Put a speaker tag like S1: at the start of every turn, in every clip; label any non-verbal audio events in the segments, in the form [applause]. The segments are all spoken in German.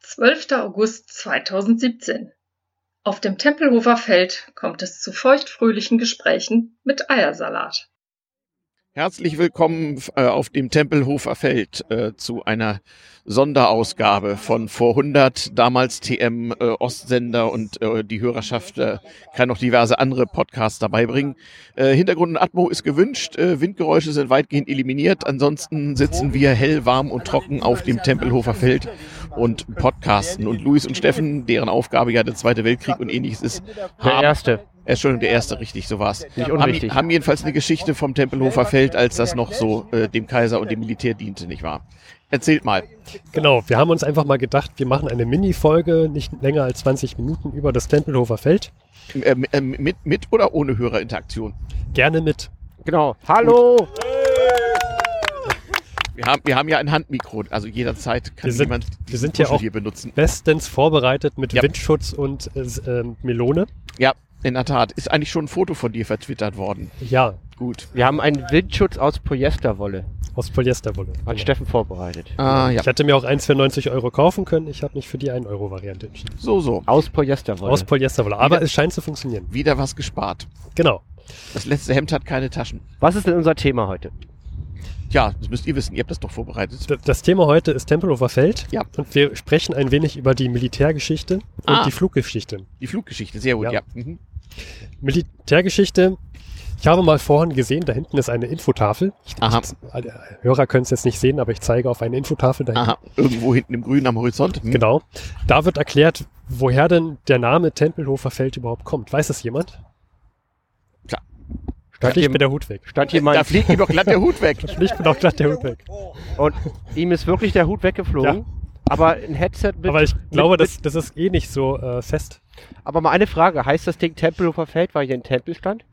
S1: 12. August 2017 Auf dem Tempelhofer Feld kommt es zu feuchtfröhlichen Gesprächen mit Eiersalat.
S2: Herzlich willkommen äh, auf dem Tempelhofer Feld äh, zu einer Sonderausgabe von vor 100, damals TM äh, Ostsender und äh, die Hörerschaft kann noch diverse andere Podcasts dabei bringen. Äh, Hintergrund und Atmo ist gewünscht, äh, Windgeräusche sind weitgehend eliminiert, ansonsten sitzen wir hell, warm und trocken auf dem Tempelhofer Feld und podcasten. Und Luis und Steffen, deren Aufgabe ja der Zweite Weltkrieg und ähnliches ist,
S3: Der erste.
S2: Äh, Entschuldigung, der erste, richtig, so war's.
S3: Nicht
S2: Haben,
S3: unrichtig.
S2: haben jedenfalls eine Geschichte vom Tempelhofer Feld, als das noch so äh, dem Kaiser und dem Militär diente, nicht wahr? Erzählt mal.
S4: Genau, wir haben uns einfach mal gedacht, wir machen eine Mini-Folge, nicht länger als 20 Minuten über das Tempelhofer Feld.
S2: Ähm, ähm, mit, mit oder ohne Hörerinteraktion?
S4: Gerne mit.
S3: Genau. Hallo!
S2: Wir haben, wir haben ja ein Handmikro, also jederzeit kann
S4: Wir sind-
S2: jemand
S4: wir sind
S2: diesen
S4: ja auch-
S2: hier benutzen.
S4: Bestens vorbereitet mit
S2: Ja.
S4: Windschutz und äh, s- ähm, Melone.
S2: Ja, in der Tat. Ist eigentlich schon ein Foto von dir vertwittert worden.
S4: Ja,
S2: Gut.
S3: Wir haben einen Windschutz aus Polyesterwolle.
S4: aus Polyesterwolle.
S3: Hat
S4: Genau.
S3: Steffen vorbereitet.
S2: Ah, ja.
S4: Ich hätte mir auch eins für 90 Euro kaufen können, ich habe mich für die 1-Euro-Variante entschieden.
S2: So, so.
S3: Aus Polyesterwolle.
S4: Aus Polyesterwolle, aber
S2: Ja.
S4: es scheint zu funktionieren.
S2: Wieder was gespart.
S4: Genau.
S2: Das letzte Hemd hat keine Taschen.
S3: Was ist denn unser Thema heute?
S2: Ja, das müsst ihr wissen. Ihr habt das doch vorbereitet.
S4: D- Das Thema heute ist Tempelhofer Feld
S2: Ja.
S4: und wir sprechen ein wenig über die Militärgeschichte und
S2: Ah.
S4: die Fluggeschichte.
S2: Die Fluggeschichte, sehr gut, ja.
S4: Ja.
S2: Mhm.
S4: Militärgeschichte. Ich habe mal vorhin gesehen, da hinten ist eine Infotafel. Ich,
S2: Aha.
S4: ich, alle Hörer können es jetzt nicht sehen, aber ich zeige auf eine Infotafel da hinten.
S2: Aha, irgendwo hinten im Grün am Horizont. Hm.
S4: Genau. Da wird erklärt, woher denn der Name Tempelhofer Feld überhaupt kommt. Weiß das jemand?
S3: Stand,
S4: Schlicht mir
S3: jem,
S4: der Hut weg.
S3: stand
S2: Da
S3: jemand
S2: fliegt ihm doch glatt der Hut [laughs] weg.
S4: Schlicht mir auch glatt der Hut weg.
S3: und ihm ist wirklich der Hut weggeflogen. Aber ein Headset mit.
S4: Aber ich glaube,
S3: mit-
S4: das, das ist eh nicht so äh, fest.
S3: Aber mal eine Frage: Heißt das Ding Tempelhofer Feld, weil hier ein Tempel stand?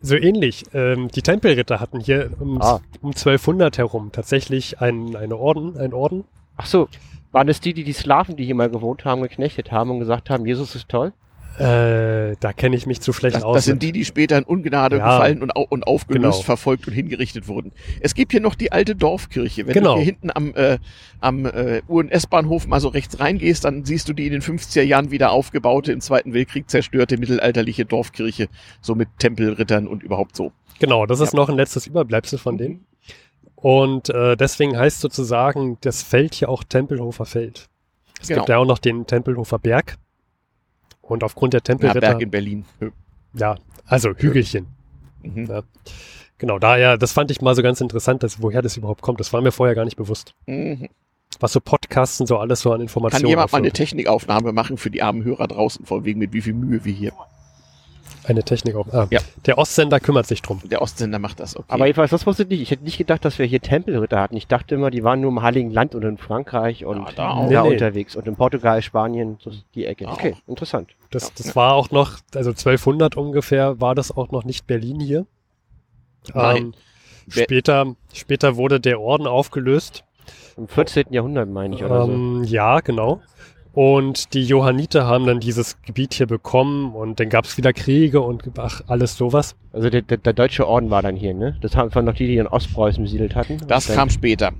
S4: So ähnlich. Ähm, die Tempelritter hatten hier um,
S3: Ah.
S4: um 1200 herum tatsächlich einen, eine Orden, einen Orden.
S3: Ach so. Waren es die, die die Slaven, die hier mal gewohnt haben, geknechtet haben und gesagt haben, Jesus ist toll?
S4: Äh, da kenne ich mich zu schlecht
S2: Das,
S4: aus.
S2: das sind die, die später in Ungnade
S4: Ja.
S2: gefallen und, au und aufgelöst,
S4: Genau.
S2: verfolgt und hingerichtet wurden. Es gibt hier noch die alte Dorfkirche. Wenn
S4: Genau.
S2: du hier hinten am, äh, am äh, U- und S-Bahnhof mal so rechts reingehst, dann siehst du die in den 50er Jahren wieder aufgebaute, im Zweiten Weltkrieg zerstörte mittelalterliche Dorfkirche, so mit Tempelrittern und überhaupt so.
S4: Genau, das ist
S2: Ja. Mhm.
S4: noch ein letztes Überbleibsel von denen. Und äh, deswegen heißt sozusagen das Feld hier auch Tempelhofer Feld. Es
S2: Genau.
S4: gibt ja auch noch den Tempelhofer Berg. Und aufgrund der Tempelritter,
S2: Berg in Berlin. Hö.
S4: ja, also Hügelchen.
S2: Mhm.
S4: Genau, daher, das fand ich mal so ganz interessant, dass, woher das überhaupt kommt. Das war mir vorher gar nicht bewusst.
S2: Mhm.
S4: Was so Podcasten so alles so an
S2: Kann
S4: Informationen
S2: jemand mal eine
S4: aufnimmt.
S2: Technikaufnahme machen für die armen Hörer draußen, von wegen mit wie viel Mühe wir hier.
S4: eine Technik auf. Ah,
S2: Ja.
S4: Der Ostsender kümmert sich drum.
S2: Der Ostsender macht das, okay.
S3: Aber jedenfalls, das wusste ich nicht. Ich hätte nicht gedacht, dass wir hier Tempelritter hatten. Ich dachte immer, die waren nur im Heiligen Land und in Frankreich und
S2: Ja, da
S3: da,
S2: auch.
S4: Nee, nee.
S3: unterwegs und in Portugal, Spanien, so die Ecke.
S2: Da
S3: Okay,
S2: auch.
S3: interessant.
S4: Das, das war auch noch, also 1200 ungefähr, war das auch noch nicht Berlin hier.
S2: Nein.
S4: Ähm,
S2: Wer-
S4: später, später wurde der Orden aufgelöst.
S3: Im 14. Jahrhundert meine ich
S2: also-
S3: oder so.
S4: Ähm, Ja, genau. Und die Johanniter haben dann dieses Gebiet hier bekommen und dann gab es wieder Kriege und ach, alles sowas.
S3: Also der, der, der deutsche Orden war dann hier, ne? Das haben- waren noch die, die in Ostpreußen besiedelt hatten.
S2: das
S3: Und dann-
S2: kam später.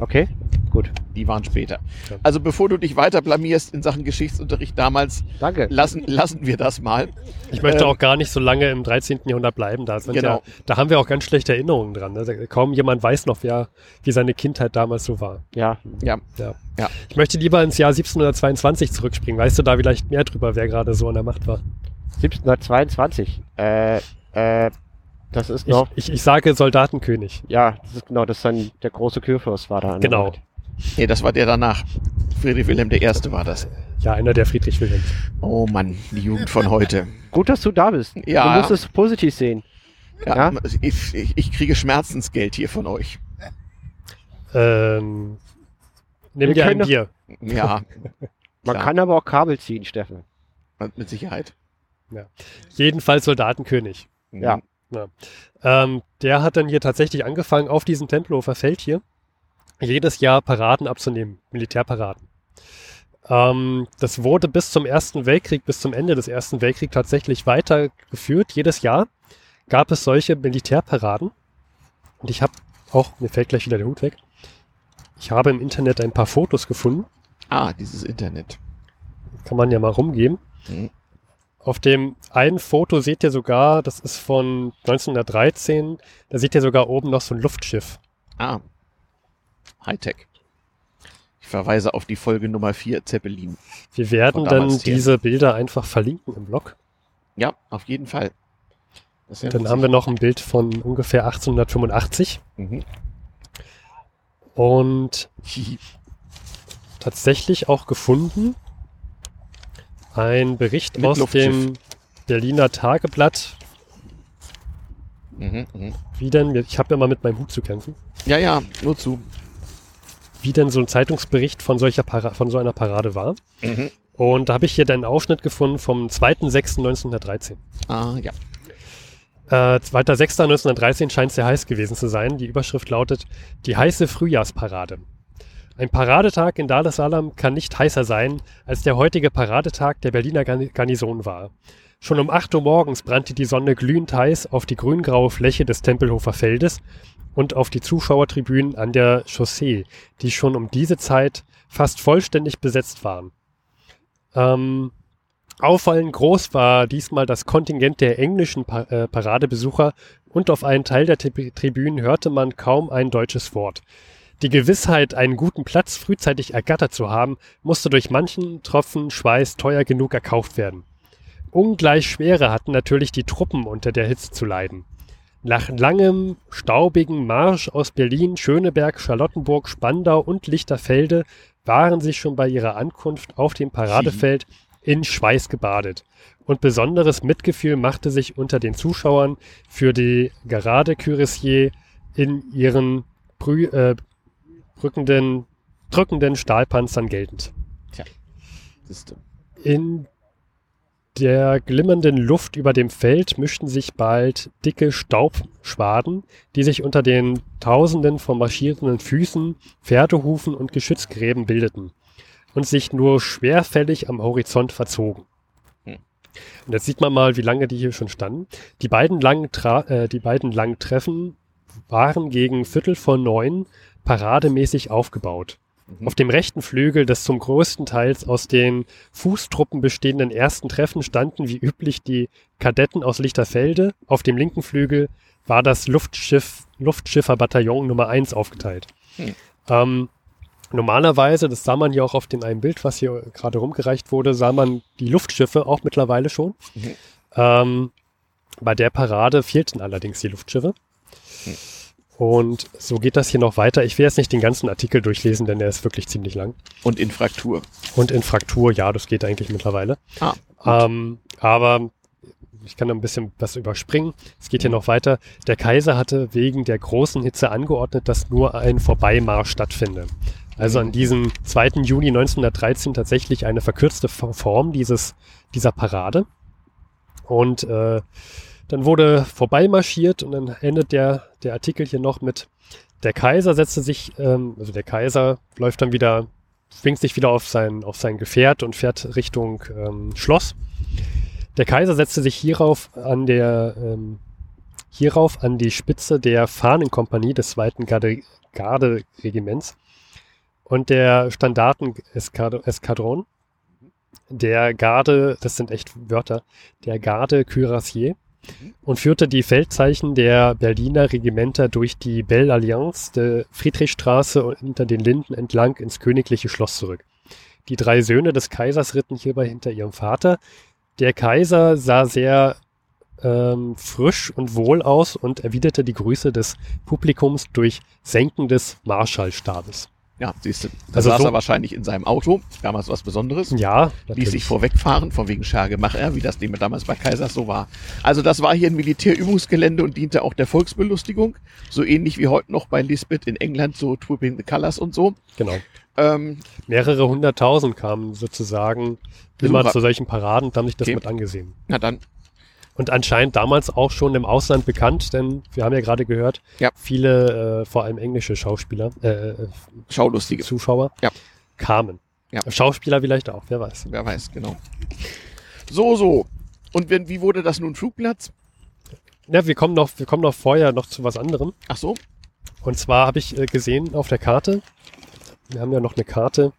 S3: Okay, gut.
S2: Die waren später.
S4: Ja.
S2: Also bevor du dich weiter blamierst in Sachen Geschichtsunterricht damals,
S3: Danke.
S2: lassen, lassen wir das mal.
S4: Ich möchte
S2: Ähm,
S4: auch gar nicht so lange im 13. Jahrhundert bleiben. Da, sind
S2: Genau.
S4: ja, da haben wir auch ganz schlechte Erinnerungen dran. ne? Da- kaum jemand weiß noch, wer, wie seine Kindheit damals so war.
S3: Ja,
S2: Ja,
S4: Ich möchte lieber ins Jahr 1722 zurückspringen. Weißt du da vielleicht mehr drüber, wer gerade so an der Macht war?
S3: 1722. Äh, äh, das ist
S4: Ich,
S3: noch.
S4: ich, ich sage Soldatenkönig.
S3: Ja, das ist genau, das ist dann der große Kurfürst war da. an der
S4: Genau.
S3: Macht.
S2: nee, das war der danach. Friedrich Wilhelm I. war das.
S4: Ja, einer der Friedrich Wilhelm.
S2: Oh Mann, die Jugend von heute.
S3: Gut, dass du da bist.
S2: Ja.
S3: Du musst es positiv sehen.
S2: Ja,
S3: Ja.
S2: Ich, ich, ich kriege Schmerzensgeld hier von euch.
S4: Ähm, nimm
S3: Wir
S4: dir ein
S3: können-
S4: Bier.
S2: Ja,
S3: Man
S2: Klar.
S3: kann aber auch Kabel ziehen, Steffen.
S2: mit Sicherheit.
S4: Jedenfalls Soldatenkönig.
S2: Hm.
S3: Ja.
S4: Ähm, der hat dann hier tatsächlich angefangen, auf diesem Tempelhofer Feld hier jedes Jahr Paraden abzunehmen, Militärparaden. Ähm, das wurde bis zum Ersten Weltkrieg, bis zum Ende des Ersten Weltkriegs tatsächlich weitergeführt. Jedes Jahr gab es solche Militärparaden. Und ich habe auch, mir fällt gleich wieder der Hut weg, ich habe im Internet ein paar Fotos gefunden
S2: Ah, dieses Internet.
S4: Kann man ja mal rumgeben.
S2: Mhm.
S4: Auf dem einen Foto seht ihr sogar, das ist von 1913, da seht ihr sogar oben noch so ein Luftschiff.
S2: Ah, Hightech. Ich verweise auf die Folge Nummer 4, Zeppelin.
S4: Wir werden
S2: Von
S4: dann
S2: damals hier.
S4: diese Bilder einfach verlinken im Blog.
S2: Ja, auf jeden Fall. Das
S4: Und dann haben wir noch ein Bild von ungefähr 1885.
S2: Mhm. [laughs]
S4: Und tatsächlich auch gefunden. Ein Bericht
S2: Mit
S4: aus
S2: Luftschiff.
S4: dem Berliner Tageblatt.
S2: Mhm, mhm.
S4: Wie denn, ich habe ja immer mit meinem Hut zu kämpfen,
S2: Ja, ja, nur zu.
S4: wie denn so ein Zeitungsbericht von, solcher Para von so einer Parade war.
S2: Mhm.
S4: Und da habe ich hier dann einen Ausschnitt gefunden vom 2.6.1913.
S2: Ah, ja.
S4: Äh, 2.6.1913 scheint sehr heiß gewesen zu sein. Die Überschrift lautet Die heiße Frühjahrsparade. Ein Paradetag in Dar es Salaam kann nicht heißer sein, als der heutige Paradetag der Berliner Garni- Garnison war. Schon um 8 Uhr morgens brannte die Sonne glühend heiß auf die grüngraue Fläche des Tempelhofer Feldes und auf die Zuschauertribünen an der Chaussee, die schon um diese Zeit fast vollständig besetzt waren. Ähm, Auffallend groß war diesmal das Kontingent der englischen pa äh, Paradebesucher und auf einen Teil der Tri Tribünen hörte man kaum ein deutsches Wort. Die Gewissheit, einen guten Platz frühzeitig ergattert zu haben, musste durch manchen Tropfen Schweiß teuer genug erkauft werden. Ungleich schwerer hatten natürlich die Truppen unter der Hitze zu leiden. Nach langem, staubigen Marsch aus Berlin, Schöneberg, Charlottenburg, Spandau und Lichterfelde waren sie schon bei ihrer Ankunft auf dem Paradefeld in Schweiß gebadet. Und besonderes Mitgefühl machte sich unter den Zuschauern für die gerade Kürissier in ihren brü äh, brückenden, drückenden Stahlpanzern geltend.
S2: Siehste.
S4: In der glimmenden Luft über dem Feld mischten sich bald dicke Staubschwaden, die sich unter den Tausenden von marschierenden Füßen, Pferdehufen und Geschützgräben bildeten und sich nur schwerfällig am Horizont verzogen.
S2: Hm.
S4: Und jetzt sieht man mal, wie lange die hier schon standen. Die beiden langen, Tra äh, die beiden langen Treffen waren gegen Viertel vor neun parademäßig aufgebaut.
S2: Mhm.
S4: Auf dem rechten Flügel des zum größten Teils aus den Fußtruppen bestehenden ersten Treffen standen wie üblich die Kadetten aus Lichterfelde. Auf dem linken Flügel war das Luftschiff, Luftschifferbataillon Nummer 1 aufgeteilt.
S2: Hm.
S4: Ähm, normalerweise, das sah man hier auch auf dem einen Bild, was hier gerade rumgereicht wurde, sah man die Luftschiffe auch mittlerweile schon.
S2: Mhm.
S4: Ähm, bei der Parade fehlten allerdings die Luftschiffe. Und so geht das hier noch weiter. Ich will jetzt nicht den ganzen Artikel durchlesen, denn der ist wirklich ziemlich lang.
S2: Und in Fraktur.
S4: Und in Fraktur, ja, das geht eigentlich mittlerweile.
S2: Ah,
S4: Ähm, aber ich kann da ein bisschen was überspringen. Es geht hier noch weiter. Der Kaiser hatte wegen der großen Hitze angeordnet, dass nur ein Vorbeimarsch stattfinde. Also an diesem 2. Juni 1913 tatsächlich eine verkürzte Fo- Form dieses, dieser Parade. Und äh, dann wurde vorbeimarschiert und dann endet der, der Artikel hier noch mit der Kaiser setzte sich, ähm, also der Kaiser läuft dann wieder, schwingt sich wieder auf sein, auf sein Gefährt und fährt Richtung ähm, Schloss. Der Kaiser setzte sich hierauf an der ähm, hierauf an die Spitze der Fahnenkompanie des zweiten Garde- Garderegiments und der Standarten-Eskadron der Garde, das sind echt Wörter, der Garde Kürassier und führte die Feldzeichen der Berliner Regimenter durch die Belle Alliance der Friedrichstraße und hinter den Linden entlang ins königliche Schloss zurück. Die drei Söhne des Kaisers ritten hierbei hinter ihrem Vater. Der Kaiser sah sehr ähm, frisch und wohl aus und erwiderte die Grüße des Publikums durch Senken des Marschallstabes.
S2: ja, siehst du. Da
S4: Also
S2: saß
S4: so-
S2: er wahrscheinlich in seinem Auto. Damals was Besonderes.
S4: Ja,
S2: Ließ sich vorwegfahren, von wegen Schargemacher, wie das dem damals bei Kaisers so war. Also das war hier ein Militärübungsgelände und diente auch der Volksbelustigung. So ähnlich wie heute noch bei Lisbeth in England, so Trooping the Colors und so.
S4: Genau.
S2: Ähm,
S4: Mehrere hunderttausend kamen sozusagen immer
S2: Besucher.
S4: zu solchen Paraden und haben sich das
S2: Okay.
S4: mit angesehen.
S2: na dann,
S4: Und anscheinend damals auch schon im Ausland bekannt, denn wir haben ja gerade gehört,
S2: Ja.
S4: viele, äh, vor allem englische Schauspieler, äh, äh,
S2: Schaulustige.
S4: Zuschauer,
S2: Ja.
S4: kamen.
S2: Ja.
S4: Schauspieler vielleicht auch, wer weiß.
S2: Wer weiß, genau. So, so. Und wenn, wie wurde das nun Flugplatz?
S4: Ja, wir kommen noch, wir kommen noch vorher noch zu was anderem.
S2: Ach so,
S4: Und zwar habe ich äh, gesehen auf der Karte, wir haben ja noch eine Karte,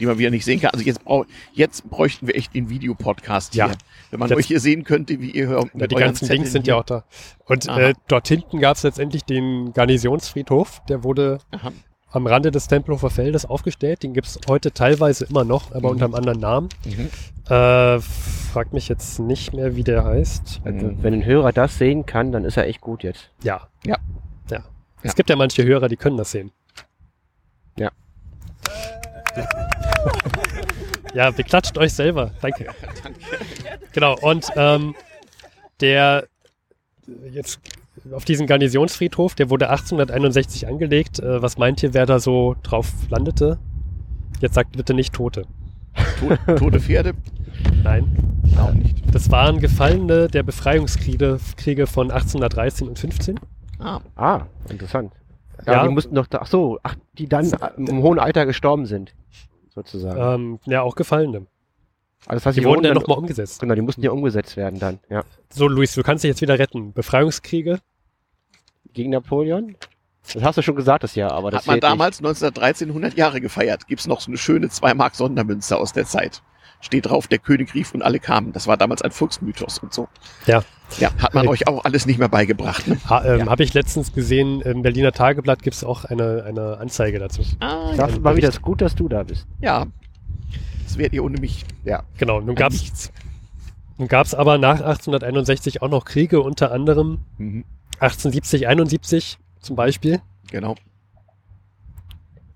S2: die man wieder nicht sehen kann. Also jetzt, brau jetzt bräuchten wir echt den Videopodcast
S4: Ja.
S2: hier. Wenn man
S4: Jetzt-
S2: euch hier sehen könnte, wie ihr hört.
S4: Ja, die ganzen Links sind ja auch da. Und äh,
S2: Aha.
S4: dort hinten gab es letztendlich den Garnisonsfriedhof. Der wurde
S2: Aha.
S4: am Rande des Tempelhofer Feldes aufgestellt. Den gibt es heute teilweise immer noch, aber
S2: Mhm.
S4: unter einem anderen Namen.
S2: Mhm.
S4: Äh, frag mich jetzt nicht mehr, wie der heißt.
S3: Also,
S2: Mhm.
S3: wenn ein Hörer das sehen kann, dann ist er echt gut jetzt.
S4: Ja.
S2: Ja.
S4: Ja.
S2: Ja.
S4: Es gibt ja manche Hörer, die können das sehen.
S3: Ja.
S4: [laughs] Ja, beklatscht euch selber. Danke. Genau, und ähm, der jetzt auf diesen Garnisonsfriedhof, der wurde 1861 angelegt. Äh, was meint ihr, wer da so drauf landete? Jetzt sagt bitte nicht Tote.
S2: To- Tote Pferde?
S4: Nein.
S2: Auch nicht.
S4: Das waren Gefallene der Befreiungskriege Kriege von 1813 und 15.
S2: Ah,
S3: Ah, interessant. Ja,
S4: Ja.
S3: die mussten doch, da, ach so, ach, die dann im hohen Alter gestorben sind, sozusagen.
S4: Ähm, ja, auch Gefallene.
S3: also das heißt,
S4: Die wurden ja
S3: dann-
S4: nochmal umgesetzt.
S3: Genau, die mussten ja umgesetzt werden dann, ja.
S4: So, Luis, du kannst dich jetzt wieder retten. Befreiungskriege?
S3: Gegen Napoleon? Das hast du schon gesagt, das Jahr, aber das
S2: hat man
S3: fehlt nicht.
S2: damals 1913 100 Jahre gefeiert. Gibt's noch so eine schöne 2 Mark Sondermünze aus der Zeit. Steht drauf, der König rief und alle kamen. Das war damals ein Volksmythos und so.
S4: Ja. Äh,
S2: Ja, hat man euch auch alles nicht mehr beigebracht. Ne?
S4: Ha, ähm, Habe ich letztens gesehen, im Berliner Tageblatt gibt es auch eine, eine Anzeige dazu.
S2: Ah, ja.
S3: Das war wieder das gut, dass du da bist.
S2: ja. Das wärt ihr ohne mich.
S4: Genau, nun gab es
S2: nichts.
S4: nun gab's aber nach 1861 auch noch Kriege, unter anderem
S2: Mhm.
S4: 1870, 71 zum Beispiel.
S2: Genau.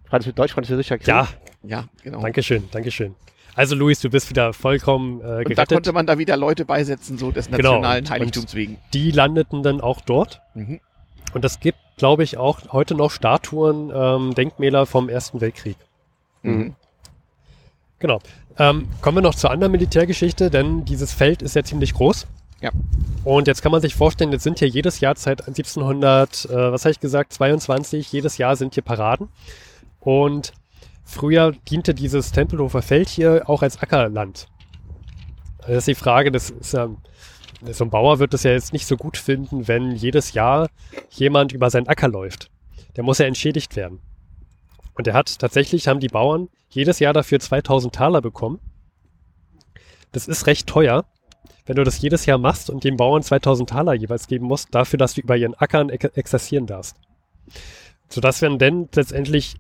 S3: Franz Deutsch-Französischer Krieg.
S4: Ja,
S2: Ja, genau.
S4: Dankeschön, Dankeschön. Also Luis, du bist wieder vollkommen äh,
S2: Und da
S4: gerettet.
S2: konnte man da wieder Leute beisetzen, so des
S4: Genau,
S2: nationalen
S4: und-
S2: Heiligtums wegen.
S4: Die landeten dann auch dort.
S2: Mhm.
S4: Und es gibt, glaube ich, auch heute noch Statuen, ähm, Denkmäler vom Ersten Weltkrieg.
S2: Mhm.
S4: Genau. Ähm, kommen wir noch zur anderen Militärgeschichte, denn dieses Feld ist ja ziemlich groß.
S2: Ja.
S4: Und jetzt kann man sich vorstellen, jetzt sind hier jedes Jahr seit 1700, äh, was habe ich gesagt, 22, jedes Jahr sind hier Paraden. Und früher diente dieses Tempelhofer Feld hier auch als Ackerland. Also das ist die Frage, das ist ja, so ein Bauer wird das ja jetzt nicht so gut finden, wenn jedes Jahr jemand über seinen Acker läuft. Der muss ja entschädigt werden. Und er hat tatsächlich, haben die Bauern jedes Jahr dafür 2000 Taler bekommen. Das ist recht teuer, wenn du das jedes Jahr machst und den Bauern 2000 Taler jeweils geben musst, dafür, dass du über ihren Ackern ex exerzieren darfst. Sodass wir dann letztendlich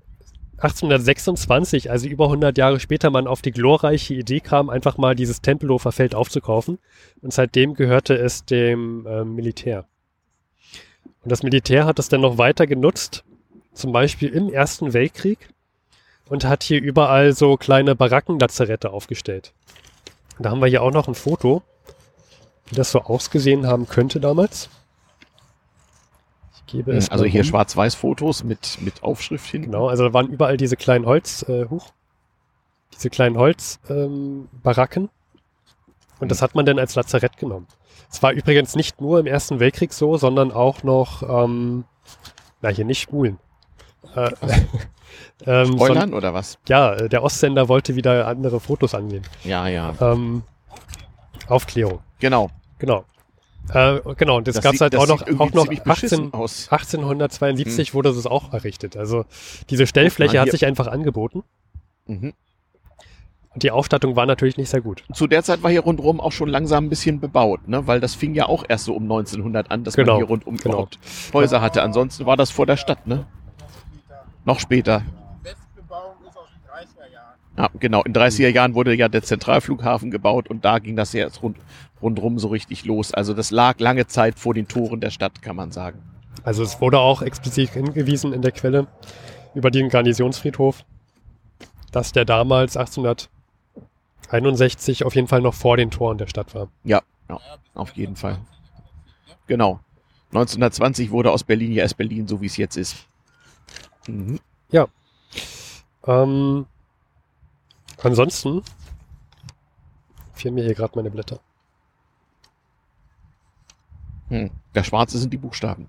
S4: 1826, also über 100 Jahre später, man auf die glorreiche Idee kam, einfach mal dieses Tempelhofer Feld aufzukaufen. Und seitdem gehörte es dem ähm, Militär. Und das Militär hat es dann noch weiter genutzt, zum Beispiel im Ersten Weltkrieg und hat hier überall so kleine Barackenlazarette aufgestellt. Da haben wir hier auch noch ein Foto, wie das so ausgesehen haben könnte damals. Ich gebe es.
S2: Also
S4: mal um.
S2: hier
S4: rum.
S2: Schwarz-Weiß-Fotos mit, mit Aufschrift hin.
S4: Genau, also da waren überall diese kleinen Holz, äh, hoch, diese kleinen Holzbaracken. Ähm, Baracken. und
S2: Mhm.
S4: das hat man dann als Lazarett genommen. Es war übrigens nicht nur im Ersten Weltkrieg so, sondern auch noch, ähm, na hier nicht Schwulen. Äh, [laughs] ähm, son-
S2: Spoilern oder was?
S4: ja, äh, der Ostsender wollte wieder andere Fotos ansehen.
S2: Ja, ja.
S4: Ähm, Aufklärung,
S2: Genau.
S4: genau. Äh, genau, und das, gab es halt auch
S2: das
S4: noch,
S2: sieht irgendwie
S4: auch noch
S2: ziemlich
S4: 18,
S2: beschissen aus.
S4: 1872 wurde es auch errichtet. Also diese Stellfläche
S2: Guck mal
S4: hat
S2: hier.
S4: sich einfach angeboten
S2: Mhm.
S4: und die Ausstattung war natürlich nicht sehr gut.
S2: Zu der Zeit war hier rundherum auch schon langsam ein bisschen bebaut, ne? weil das fing ja auch erst so um 1900 an, dass
S4: Genau,
S2: man hier rundum
S4: genau.
S2: überhaupt Häuser hatte. Ansonsten war das vor der Stadt, ne? Noch später.
S5: Westbebauung ist aus den 30er Jahren.
S2: Ja, genau, in 30er Jahren wurde ja der Zentralflughafen gebaut und da ging das ja erst rund, rundherum so richtig los. Also das lag lange Zeit vor den Toren der Stadt, kann man sagen.
S4: Also es wurde auch explizit hingewiesen in der Quelle über den Garnisonsfriedhof, dass der damals 1861 auf jeden Fall noch vor den Toren der Stadt war.
S2: Auf jeden Fall. Genau. 1920 wurde aus Berlin ja erst Berlin, so wie es jetzt ist. Mhm.
S4: Ähm, ansonsten fehlen mir hier gerade meine Blätter.
S2: Hm. Der Schwarze sind die Buchstaben.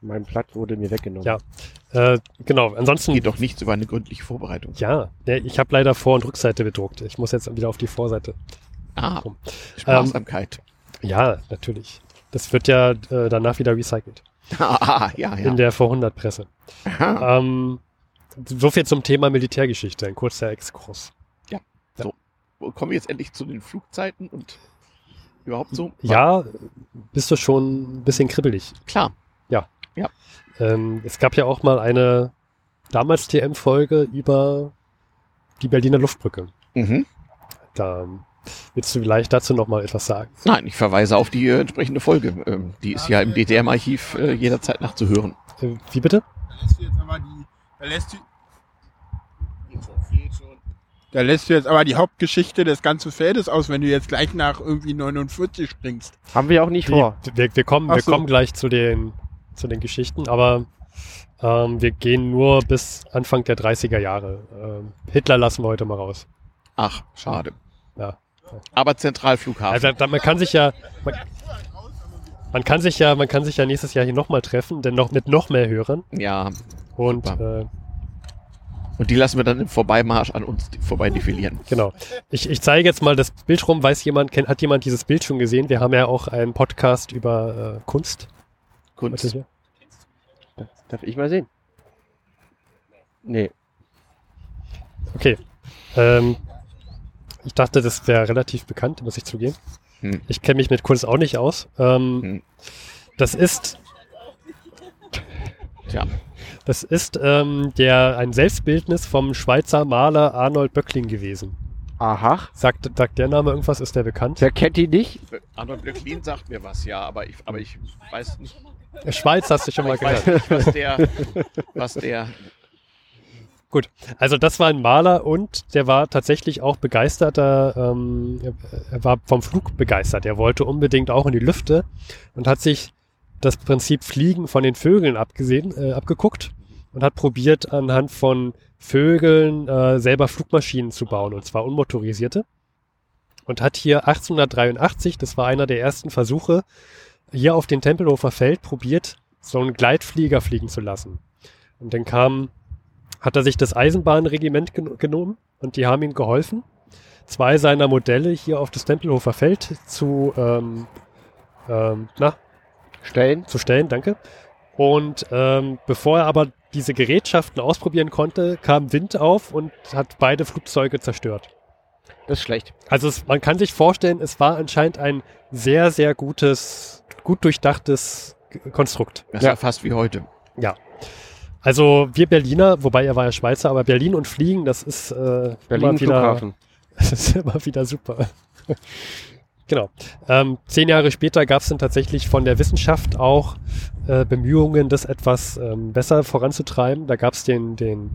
S3: Mein Blatt wurde mir weggenommen.
S4: Ja. Äh, genau, ansonsten
S2: Geht doch nichts über eine gründliche Vorbereitung.
S4: Ja, ja, ich habe leider Vor- und Rückseite bedruckt. Ich muss jetzt wieder auf die Vorseite.
S2: Ah,
S4: Komm.
S2: Sparsamkeit.
S4: Ja, natürlich. Das wird ja äh, danach wieder recycelt.
S2: [laughs] Ah, ja, ja.
S4: In der Vor-100-Presse.
S2: [laughs] Aha.
S4: Ähm, So viel zum Thema Militärgeschichte, ein kurzer Exkurs.
S2: Kommen wir jetzt endlich zu den Flugzeiten und überhaupt so?
S4: Ja, bist du schon ein bisschen kribbelig.
S2: Klar.
S4: Ähm, es gab ja auch mal eine damals TM-Folge über die Berliner Luftbrücke.
S2: Mhm.
S4: Da ähm, willst du vielleicht dazu noch mal etwas sagen.
S2: Nein, ich verweise auf die äh, entsprechende Folge. Ähm, die ist ja im DDM-Archiv äh, jederzeit nachzuhören.
S4: Äh, wie bitte?
S5: Da lässt du jetzt aber die. Da lässt du. Da lässt du jetzt aber die Hauptgeschichte des ganzen Feldes aus, wenn du jetzt gleich nach irgendwie 49 springst.
S3: Haben wir auch nicht
S4: Die,
S3: vor.
S4: wir, wir, kommen,
S5: Ach
S4: wir
S5: so.
S4: kommen gleich zu den, zu den Geschichten, aber ähm, wir gehen nur bis Anfang der 30er Jahre. Ähm, Hitler lassen wir heute mal raus.
S2: Ach, schade.
S4: Ja.
S2: Aber Zentralflughafen.
S4: Also, da- man kann sich ja, man, man kann sich ja, man kann sich ja nächstes Jahr hier nochmal treffen, denn noch mit noch mehr Hörern.
S2: ja.
S4: Und
S2: Super.
S4: äh,
S2: Und die lassen wir dann im Vorbeimarsch an uns vorbei defilieren.
S4: genau. Ich, ich zeige jetzt mal das Bild rum. Weiß jemand, kennt, hat jemand dieses Bild schon gesehen? Wir haben ja auch einen Podcast über äh, Kunst. Warte
S2: Kunst.
S4: hier.
S3: Darf ich mal sehen? Nee.
S4: Okay. Ähm, ich dachte, das wäre relativ bekannt, muss ich zugeben.
S2: Hm.
S4: Ich kenne mich mit Kunst auch nicht aus. Ähm,
S2: Hm.
S4: Das ist,
S2: Tja.
S4: das ist ähm, der, ein Selbstbildnis vom Schweizer Maler Arnold Böcklin gewesen.
S3: Aha.
S4: Sagt, sagt der Name irgendwas? Ist der bekannt?
S3: Wer kennt die nicht?
S2: Arnold Blöcklin sagt mir was, ja, aber ich, aber ich weiß nicht,
S4: Schweiz hast du
S2: [laughs]
S4: schon mal
S2: ich weiß nicht
S4: gehört.
S2: was der. Was der
S4: Also das war ein Maler und der war tatsächlich auch begeisterter, ähm, er- er war vom Flug begeistert. Er wollte unbedingt auch in die Lüfte und hat sich das Prinzip Fliegen von den Vögeln abgesehen, äh, abgeguckt und hat probiert anhand von Vögeln äh, selber Flugmaschinen zu bauen und zwar unmotorisierte. Und hat hier 1883, das war einer der ersten Versuche, hier auf dem Tempelhofer Feld probiert, so einen Gleitflieger fliegen zu lassen. Und dann kam hat er sich das Eisenbahnregiment gen genommen und die haben ihm geholfen, zwei seiner Modelle hier auf das Tempelhofer Feld zu, ähm, ähm, na,
S3: Stellen.
S4: zu stellen, danke. Und ähm, bevor er aber diese Gerätschaften ausprobieren konnte, kam Wind auf und hat beide Flugzeuge zerstört.
S3: Das ist schlecht.
S4: Also es, man kann sich vorstellen, es war anscheinend ein sehr, sehr gutes, gut durchdachtes K- Konstrukt.
S2: das
S3: Ja.
S2: war fast wie heute.
S4: Also wir Berliner, wobei er war ja Schweizer, aber Berlin und Fliegen, das ist äh,
S3: Berlin
S4: immer wieder,
S3: Flughafen.
S4: das ist [laughs] immer wieder super. genau. Ähm, zehn Jahre später gab es dann tatsächlich von der Wissenschaft auch äh, Bemühungen, das etwas ähm, besser voranzutreiben. Da gab es den, den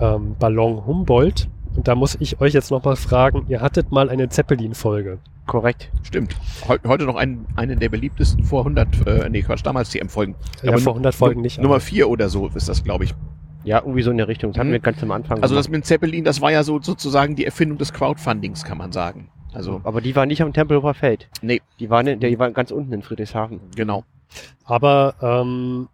S4: ähm, Ballon Humboldt. Und da muss ich euch jetzt nochmal fragen, ihr hattet mal eine Zeppelin-Folge.
S3: Korrekt.
S2: Stimmt. Heu heute noch einen, einen der beliebtesten vor 100, äh, nee, Quatsch, damals TM-Folgen.
S4: Ja,
S2: Aber
S4: vor 100 Folgen nicht.
S2: Nummer 4 oder so ist das, glaube ich.
S3: Ja, irgendwie so in der Richtung. Das hatten
S2: Mhm.
S3: wir ganz am Anfang.
S2: Also das
S3: gemacht.
S2: mit dem Zeppelin, das war ja so sozusagen die Erfindung des Crowdfundings, kann man sagen. Also,
S3: aber die waren nicht am Tempelhofer Feld.
S2: Nee.
S3: Die waren, in, die waren ganz unten in Friedrichshafen.
S2: genau.
S4: Aber ähm,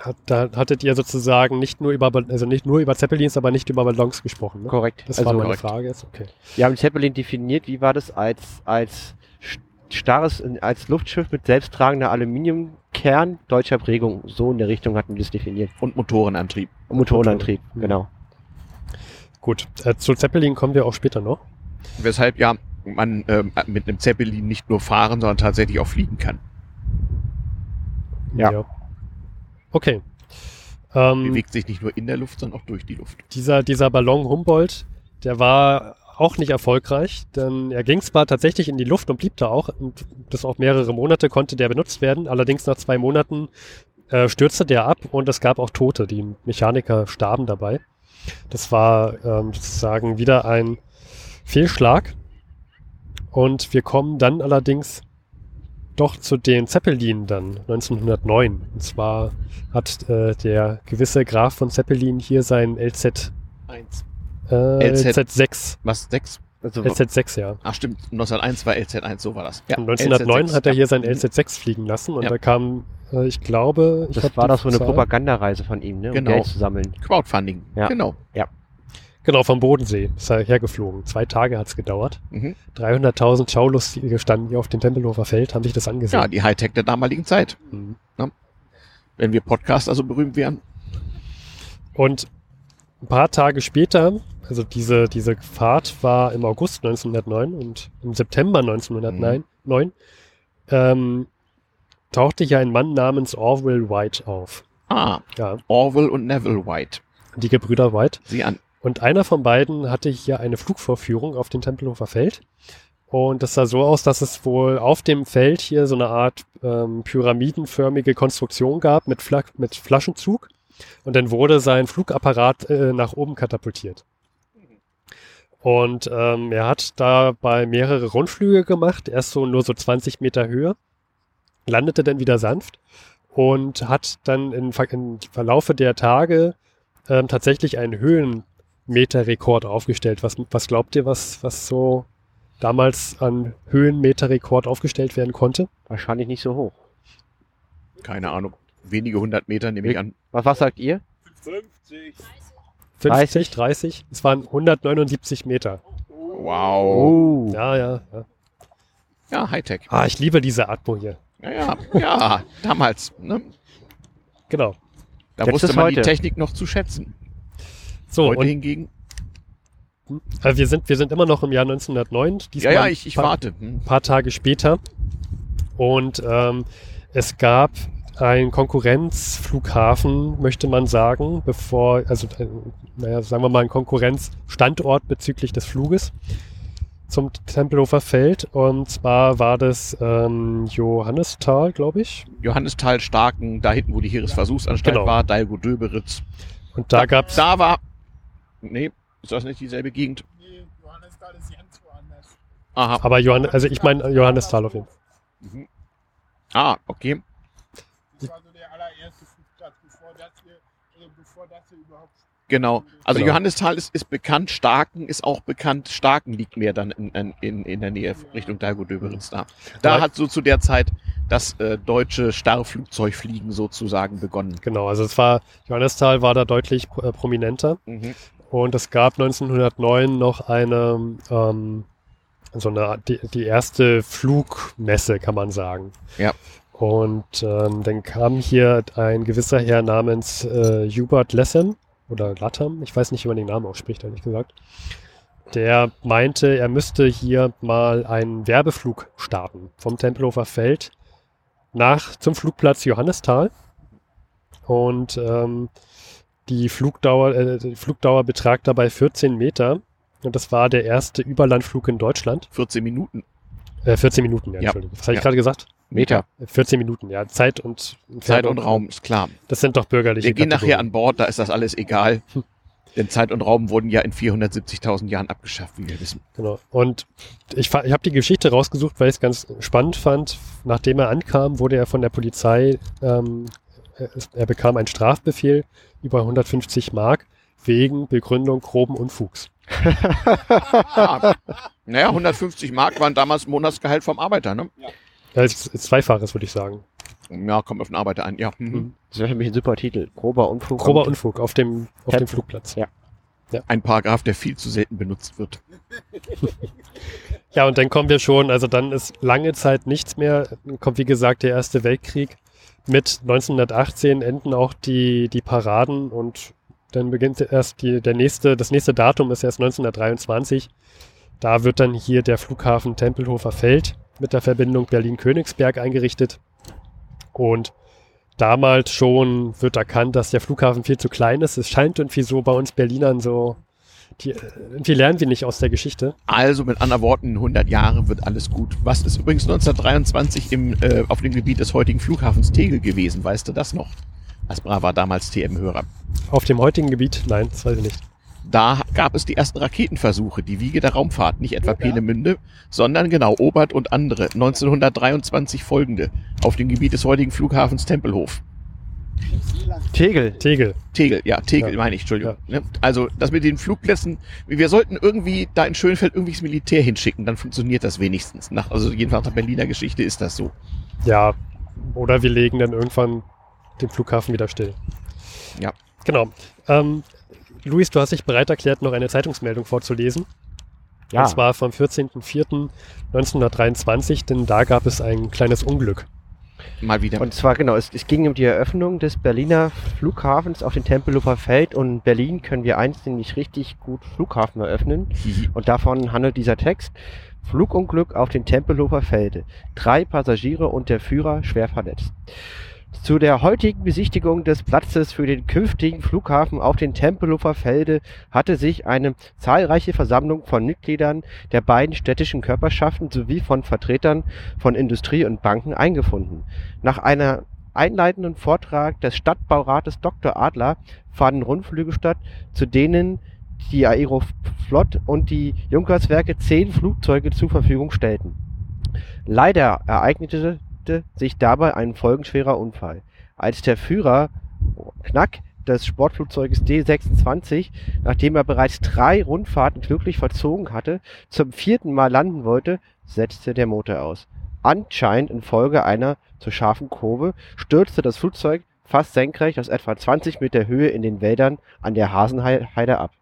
S4: hat, da hattet ihr sozusagen nicht nur über Ball- also nicht nur über Zeppelins, aber nicht über Ballons gesprochen. Ne?
S3: Korrekt.
S4: Das war
S3: also,
S4: meine
S2: korrekt.
S4: Frage jetzt. Okay.
S3: wir haben Zeppelin definiert. Wie war das als, als st- starres, als Luftschiff mit selbsttragender Aluminiumkern deutscher Prägung? So in der Richtung hatten wir das definiert.
S2: Und Motorenantrieb.
S3: Und Motorenantrieb,
S4: Mhm.
S3: genau.
S4: Gut. Äh, zu Zeppelin kommen wir auch später noch.
S2: Weshalb ja man ähm, mit einem Zeppelin nicht nur fahren, sondern tatsächlich auch fliegen kann.
S3: Ja.
S4: Okay. Ähm,
S2: Bewegt sich nicht nur in der Luft, sondern auch durch die Luft.
S4: dieser, dieser Ballon Humboldt, der war auch nicht erfolgreich, denn er ging zwar tatsächlich in die Luft und blieb da auch, und das auch mehrere Monate konnte der benutzt werden, allerdings nach zwei Monaten äh, stürzte der ab und es gab auch Tote, die Mechaniker starben dabei. Das war ähm, sozusagen wieder ein Fehlschlag. Und wir kommen dann allerdings doch zu den Zeppelin dann 1909. Und zwar hat äh, der gewisse Graf von Zeppelin hier sein LZ
S2: Eins.
S4: äh,
S2: LZ.
S4: LZ6.
S2: Was? Sechs?
S3: Also,
S4: LZ6, ja.
S2: Ach stimmt, 1901 war LZ1, so war das. Genau. Ja,
S4: Und 1909
S2: LZ6,
S4: hat er
S2: ja.
S4: hier sein LZ6 fliegen lassen und
S2: Ja.
S4: da kam, äh, ich glaube, ich
S3: das
S4: hab
S3: war
S4: die
S3: doch so eine
S4: Zahl-
S3: Propagandareise von ihm, ne? Um
S2: Genau.
S3: Geld zu sammeln.
S2: Crowdfunding,
S3: Ja.
S2: genau.
S4: Genau, vom Bodensee ist er hergeflogen. Zwei Tage hat es gedauert.
S2: Mhm.
S4: 300.000 Schaulustige standen hier auf dem Tempelhofer Feld, haben sich das
S2: Ja,
S4: angesehen.
S2: die Hightech der damaligen Zeit.
S4: Mhm.
S2: Wenn wir Podcast also berühmt wären.
S4: Und ein paar Tage später, also diese, diese Fahrt war im August 1909 und im September 1909 neun, ähm, tauchte ja ein Mann namens Orwell White auf.
S2: Ah,
S4: Ja,
S2: Orwell und Neville White.
S4: die Gebrüder White.
S2: Sie an.
S4: Und einer von beiden hatte hier eine Flugvorführung auf dem Tempelhofer Feld. Und das sah so aus, dass es wohl auf dem Feld hier so eine Art ähm, pyramidenförmige Konstruktion gab mit, Fla mit Flaschenzug. Und dann wurde sein Flugapparat äh, nach oben katapultiert. Und ähm, er hat dabei mehrere Rundflüge gemacht, erst so nur so 20 Meter Höhe, landete dann wieder sanft und hat dann im, Ver im Verlaufe der Tage ähm, tatsächlich einen Höhenmeterrekord aufgestellt. Was, was glaubt ihr, was, was so damals an Höhenmeterrekord aufgestellt werden konnte?
S3: Wahrscheinlich nicht so hoch.
S2: Keine Ahnung. Wenige hundert Meter nehme ich an.
S3: Was, was sagt ihr?
S6: 50.
S4: 50, 30? Es waren 179 Meter.
S2: Wow.
S4: Ja, ja, ja.
S2: Ja, Hightech.
S4: Ah, ich liebe diese Atmo hier.
S2: Ja, ja, ja damals. Ne?
S4: Genau.
S2: Da
S3: Jetzt
S2: wusste
S3: ist
S2: man die
S3: heute.
S2: Technik noch zu schätzen.
S4: So,
S2: Heute
S4: Oh, und
S2: hingegen.
S4: äh, wir, sind, wir sind immer noch im Jahr 1909.
S2: Ja,
S4: diesmal
S2: ja, ich, ich
S4: ein paar,
S2: warte. Hm.
S4: paar Tage später. Und ähm, es gab einen Konkurrenzflughafen, möchte man sagen, bevor, also äh, naja, sagen wir mal, einen Konkurrenzstandort bezüglich des Fluges zum Tempelhofer Feld. Und zwar war das ähm, Johannisthal, glaube ich.
S2: Johannes Thal Starken, da hinten, wo die Heeresversuchsanstalt
S4: Genau.
S2: war, Dalgo Döberitz.
S4: Und da gab es
S2: Da war. Nee, ist das nicht dieselbe Gegend?
S5: Nee, Johannes, da ist ganz woanders.
S2: Aha.
S4: aber Johann, also ich meine Johannisthal auf jeden Fall.
S2: Ah, okay.
S5: Das war so der allererste Flugplatz, bevor das hier, also bevor das hier überhaupt.
S2: Genau. Also
S4: Genau.
S2: Johannisthal ist, ist bekannt, Starken ist auch bekannt. Starken liegt mehr dann in, in- in, in der Nähe Richtung Dalgo-Döberitz da. Da
S4: Aber-
S2: hat so zu der Zeit das äh, deutsche Starrflugzeugfliegen sozusagen begonnen.
S4: Genau, also es war, Johannisthal war da deutlich äh, prominenter. Und es gab 1909 noch eine, ähm, so eine, die, die erste Flugmesse, kann man sagen.
S2: Ja.
S4: Und ähm, dann kam hier ein gewisser Herr namens äh, Hubert Lessem oder Latham, ich weiß nicht, wie man den Namen ausspricht, ehrlich gesagt. Der meinte, er müsste hier mal einen Werbeflug starten vom Tempelhofer Feld nach zum Flugplatz Johannisthal. Und ähm, die Flugdauer, äh, die Flugdauer betrag dabei 14 Meter. Und das war der erste Überlandflug in Deutschland.
S2: 14 Minuten.
S4: Äh, 14 Minuten, ja,
S2: Ja.
S4: Entschuldigung. Was habe ich
S2: Ja.
S4: gerade gesagt?
S2: Meter.
S4: 14 Minuten, ja. Zeit und
S2: Zeit und Raum, ist klar.
S4: Das sind doch bürgerliche
S2: Wir gehen nachher
S4: Kategorien.
S2: an Bord, da ist das alles egal. Denn Zeit und Raum wurden ja in 470.000 Jahren abgeschafft, wie wir wissen.
S4: Genau. Und ich, fa- ich habe die Geschichte rausgesucht, weil ich es ganz spannend fand. Nachdem er ankam, wurde er von der Polizei, ähm, er, er bekam einen Strafbefehl über 150 Mark wegen Begründung groben Unfugs.
S2: Ah, naja, 150 Mark waren damals Monatsgehalt vom Arbeiter, ne?
S4: Also zweifaches, würde ich sagen.
S2: Ja, kommt auf den Arbeiter an, ja. Mhm.
S3: Das wäre für mich ein super Titel. Grober Unfug.
S4: Grober Unfug auf dem, auf
S3: Ja.
S4: dem Flugplatz.
S2: Ein Paragraph, der viel zu selten benutzt wird.
S4: Ja, und dann kommen wir schon, also dann ist lange Zeit nichts mehr, Dann kommt wie gesagt der Erste Weltkrieg. Mit 1918 enden auch die, die Paraden und dann beginnt erst die, der nächste, das nächste Datum ist erst 1923. Da wird dann hier der Flughafen Tempelhofer Feld mit der Verbindung Berlin-Königsberg eingerichtet. Und damals schon wird erkannt, dass der Flughafen viel zu klein ist. Es scheint irgendwie so bei uns Berlinern so, die, irgendwie lernen wir nicht aus der Geschichte.
S2: Also mit anderen Worten, in 100 Jahren wird alles gut. Was ist übrigens 1923 im, äh, auf dem Gebiet des heutigen Flughafens Tegel gewesen? Weißt du das noch? Aspra war damals TM-Hörer.
S4: Auf dem heutigen Gebiet? Nein, das weiß ich nicht.
S2: Da gab es die ersten Raketenversuche, die Wiege der Raumfahrt, nicht etwa Peenemünde, sondern genau Obert und andere, 1923 folgende, auf dem Gebiet des heutigen Flughafens Tempelhof.
S3: Tegel.
S4: Tegel.
S2: Tegel, ja, Tegel
S4: Ja.
S2: meine ich, Entschuldigung. Ne? Also das mit den Flugplätzen, wir sollten irgendwie da in Schönfeld irgendwie das Militär hinschicken, dann funktioniert das wenigstens. Nach, also jedenfalls nach Berliner Geschichte ist das so.
S4: Ja. Oder wir legen dann irgendwann den Flughafen wieder still.
S2: Ja.
S4: Genau. Ähm, Luis, du hast dich bereit erklärt, noch eine Zeitungsmeldung vorzulesen.
S3: Ja.
S4: Und zwar vom 14.04.1923, denn da gab es ein kleines Unglück.
S2: Mal wieder.
S3: Und zwar genau, es, es ging um die Eröffnung des Berliner Flughafens auf dem Tempelhofer Feld und in Berlin können wir einst nämlich richtig gut Flughafen eröffnen. Und davon handelt dieser Text. Flugunglück auf den Tempelhofer Felde. Drei Passagiere und der Führer schwer verletzt. Zu der heutigen Besichtigung des Platzes für den künftigen Flughafen auf den Tempelhofer Felde hatte sich eine zahlreiche Versammlung von Mitgliedern der beiden städtischen Körperschaften sowie von Vertretern von Industrie und Banken eingefunden. Nach einer einleitenden Vortrag des Stadtbaurates Dr. Adler fanden Rundflüge statt, zu denen die Aeroflot und die Junkerswerke zehn Flugzeuge zur Verfügung stellten. Leider ereignete sich dabei ein folgenschwerer Unfall. Als der Führer Knack des Sportflugzeuges D26, nachdem er bereits drei Rundfahrten glücklich verzogen hatte, zum vierten Mal landen wollte, setzte der Motor aus. Anscheinend infolge einer zu scharfen Kurve stürzte das Flugzeug fast senkrecht aus etwa 20 Meter Höhe in den Wäldern an der Hasenheide ab.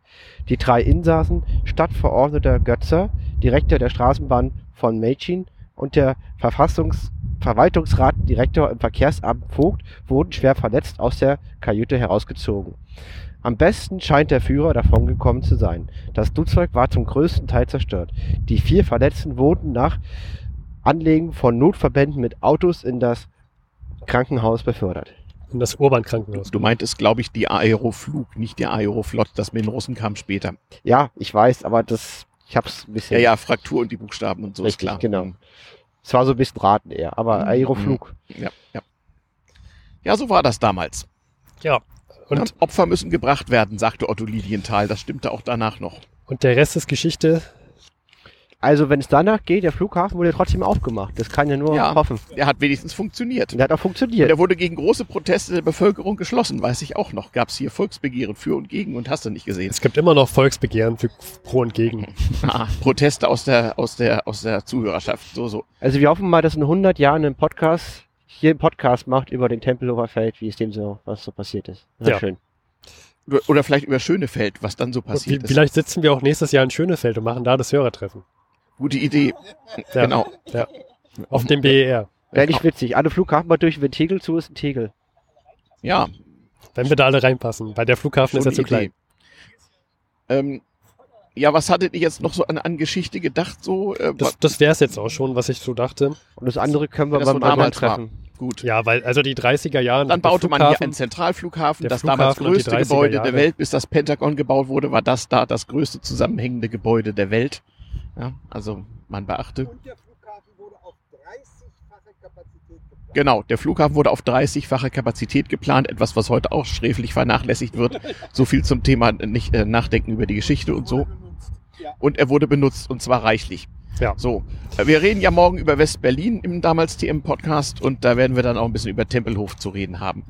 S3: Die drei Insassen, Stadtverordneter Götzer, Direktor der Straßenbahn von Mädchen und der Verfassungs Verwaltungsratdirektor im Verkehrsamt Vogt wurden schwer verletzt aus der Kajüte herausgezogen. Am besten scheint der Führer davongekommen zu sein. Das Flugzeug war zum größten Teil zerstört. Die vier Verletzten wurden nach Anlegen von Notverbänden mit Autos in das Krankenhaus befördert.
S4: in das Urban-Krankenhaus.
S2: Du meintest, glaube ich, die Aeroflug, nicht die Aeroflot. Das mit den Russen kam später.
S3: Ja, ich weiß, aber das, ich hab's ein bisschen.
S2: Ja, ja, Fraktur und die Buchstaben und so ist
S3: richtig,
S2: klar.
S3: genau. Es war so ein bisschen raten eher, aber
S2: Mhm.
S3: Aeroflug.
S2: Ja, ja. ja, so war das damals.
S4: Ja. Und
S2: ja, Opfer müssen gebracht werden, sagte Otto Lilienthal. Das stimmte auch danach noch.
S4: Und der Rest ist Geschichte.
S3: Also, wenn es danach geht, der Flughafen wurde trotzdem aufgemacht. Das kann ja nur
S2: Ja.
S3: hoffen.
S2: Er hat wenigstens funktioniert.
S3: Und der hat auch
S2: Und
S3: funktioniert.
S2: er wurde gegen große Proteste der Bevölkerung geschlossen, weiß ich auch noch. Gab es hier Volksbegehren für und gegen und hast du nicht
S4: [laughs]
S2: gesehen.
S4: Es gibt immer noch Volksbegehren für Pro und Gegen.
S2: Ah, Proteste aus der, aus, der, aus der Zuhörerschaft. So, so.
S3: Also, wir hoffen mal, dass in 100 Jahren ein Podcast hier einen Podcast macht über den Tempelhofer Feld, wie es dem so, was so passiert ist. Sehr
S4: Ja.
S3: schön.
S2: Oder- Oder vielleicht über Schönefeld, was dann so
S4: Und wie,
S2: [laughs] passiert ist.
S4: vielleicht sitzen wir auch nächstes Jahr in Schönefeld und machen da das Hörertreffen.
S2: Gute Idee.
S4: Ja,
S2: Genau.
S4: Auf dem E BER.
S3: Wäre nicht witzig. Alle Flughafen mal durch, wenn Tegel zu ist, ein Tegel.
S2: Ja,
S4: Wenn wir da alle reinpassen, weil der Flughafen ist ja zu
S2: Schon eine
S4: klein.
S2: Idee. Ähm, ja, was hattet ihr jetzt noch so an, an Geschichte gedacht? So, äh,
S4: Das, das wäre es jetzt auch schon, was ich so dachte.
S3: Und das andere können wir
S2: Wenn das
S3: beim
S2: so
S3: anderen
S2: damals war.
S3: treffen.
S2: wa- gut.
S4: Ja, weil also die 30er Jahre.
S2: Dann
S4: der
S2: baute man hier
S4: Flughafen-
S2: einen Zentralflughafen.
S4: der
S2: Das damals
S4: Flughafen und die
S2: größte
S4: 30er
S2: Gebäude
S4: Jahre.
S2: der Welt, bis das Pentagon gebaut wurde, war das da das größte zusammenhängende Gebäude der Welt. Ja, also man beachte.
S6: Und der Flughafen wurde auf 30-fache Kapazität geplant.
S2: Genau, der Flughafen wurde auf 30-fache Kapazität geplant, etwas, was heute auch sträflich vernachlässigt wird. So viel zum Thema nicht äh, nachdenken über die Geschichte und
S6: Wurde
S2: so.
S6: benutzt. Ja.
S2: und er wurde benutzt und zwar reichlich.
S4: Ja.
S2: So, äh, wir reden ja morgen über West-Berlin im damals TM-Podcast und da werden wir dann auch ein bisschen über Tempelhof zu reden haben.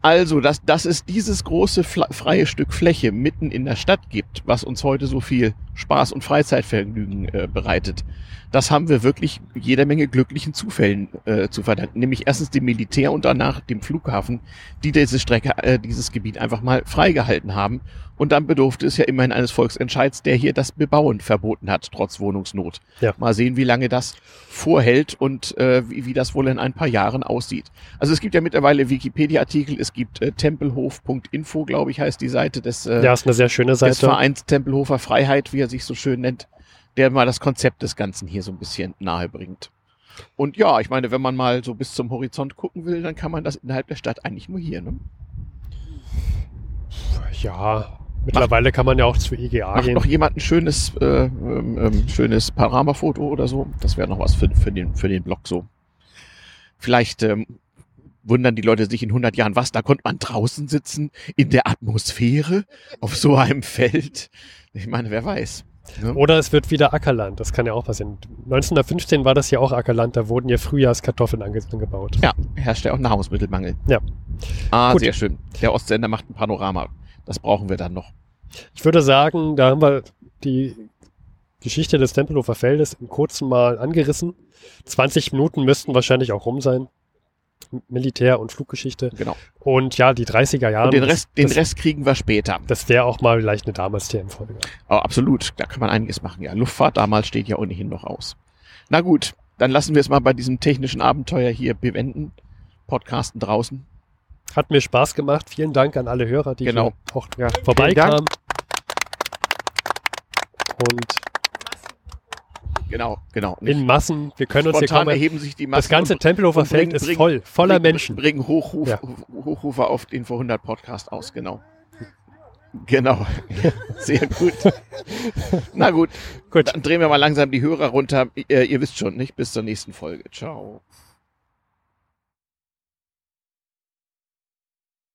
S2: Also, dass, dass es dieses große fla- freie Stück Fläche mitten in der Stadt gibt, was uns heute so viel Spaß und Freizeitvergnügen äh, bereitet, das haben wir wirklich jeder Menge glücklichen Zufällen äh, zu verdanken. Nämlich erstens dem Militär und danach dem Flughafen, die diese Strecke, äh, dieses Gebiet einfach mal freigehalten haben. Und dann bedurfte es ja immerhin eines Volksentscheids, der hier das Bebauen verboten hat, trotz Wohnungsnot.
S4: Ja.
S2: Mal sehen, wie lange das vorhält und äh, wie, wie das wohl in ein paar Jahren aussieht. Also es gibt ja mittlerweile Wikipedia-Artikel, es gibt äh, tempelhof.info, glaube ich, heißt die Seite des, äh,
S4: Ja, ist eine sehr schöne
S2: des
S4: Seite.
S2: Vereins Tempelhofer Freiheit, wie er sich so schön nennt, der mal das Konzept des Ganzen hier so ein bisschen nahe bringt. Und ja, ich meine, wenn man mal so bis zum Horizont gucken will, dann kann man das innerhalb der Stadt eigentlich nur hier. Ne?
S4: Ja, mittlerweile kann man ja auch zu IGA
S2: Macht
S4: gehen.
S2: noch jemand ein schönes, äh, ähm, ähm, schönes Panoramafoto oder so? Das wäre noch was für, für, den, für den Blog so. Vielleicht ähm, wundern die Leute sich in 100 Jahren, was, da konnte man draußen sitzen, in der Atmosphäre, auf so einem Feld. Ich meine, wer weiß. Ne?
S4: Oder es wird wieder Ackerland. Das kann ja auch passieren. 1915 war das ja auch Ackerland. Da wurden ja Frühjahrskartoffeln ange angebaut.
S2: Ja, herrscht ja auch Nahrungsmittelmangel.
S4: Ja.
S2: Ah,
S4: Gut.
S2: sehr schön. Der Ostsender macht ein Panorama. Das brauchen wir dann noch.
S4: Ich würde sagen, da haben wir die Geschichte des Tempelhofer Feldes im kurzen Mal angerissen. 20 Minuten müssten wahrscheinlich auch rum sein. M- Militär- und Fluggeschichte.
S2: Genau.
S4: Und ja, die 30er Jahre.
S2: Und den
S4: das-
S2: Rest, den
S4: das,
S2: Rest kriegen wir später.
S4: Das wäre auch mal vielleicht eine damals TM-Folge.
S2: Oh, absolut, da kann man einiges machen. Ja, Luftfahrt damals steht ja ohnehin noch aus. Na gut, dann lassen wir es mal bei diesem technischen Abenteuer hier bewenden Podcasten draußen.
S4: Hat mir Spaß gemacht. Vielen Dank an alle Hörer, die
S2: Genau.
S4: hier auch
S3: Ja,
S4: vorbeikamen. Und
S2: Genau, genau.
S4: in Massen, wir können uns hier kaum...
S2: Spontan erheben sich die Massen.
S4: Das ganze
S2: und
S4: Tempelhofer
S2: und bring-
S4: Feld ist
S2: bring-
S4: voll, voller
S2: bringen-
S4: Menschen.
S2: Bringen Hochruf,
S4: Ja.
S2: Hochrufer auf den vor 100 Podcast aus, genau. Genau. [laughs] Sehr
S4: [laughs]
S2: gut. Na gut,
S4: Gut,
S2: Äh, dann drehen wir mal langsam die Hörer runter. Ihr, ihr wisst schon, nicht? Bis zur nächsten Folge. Ciao.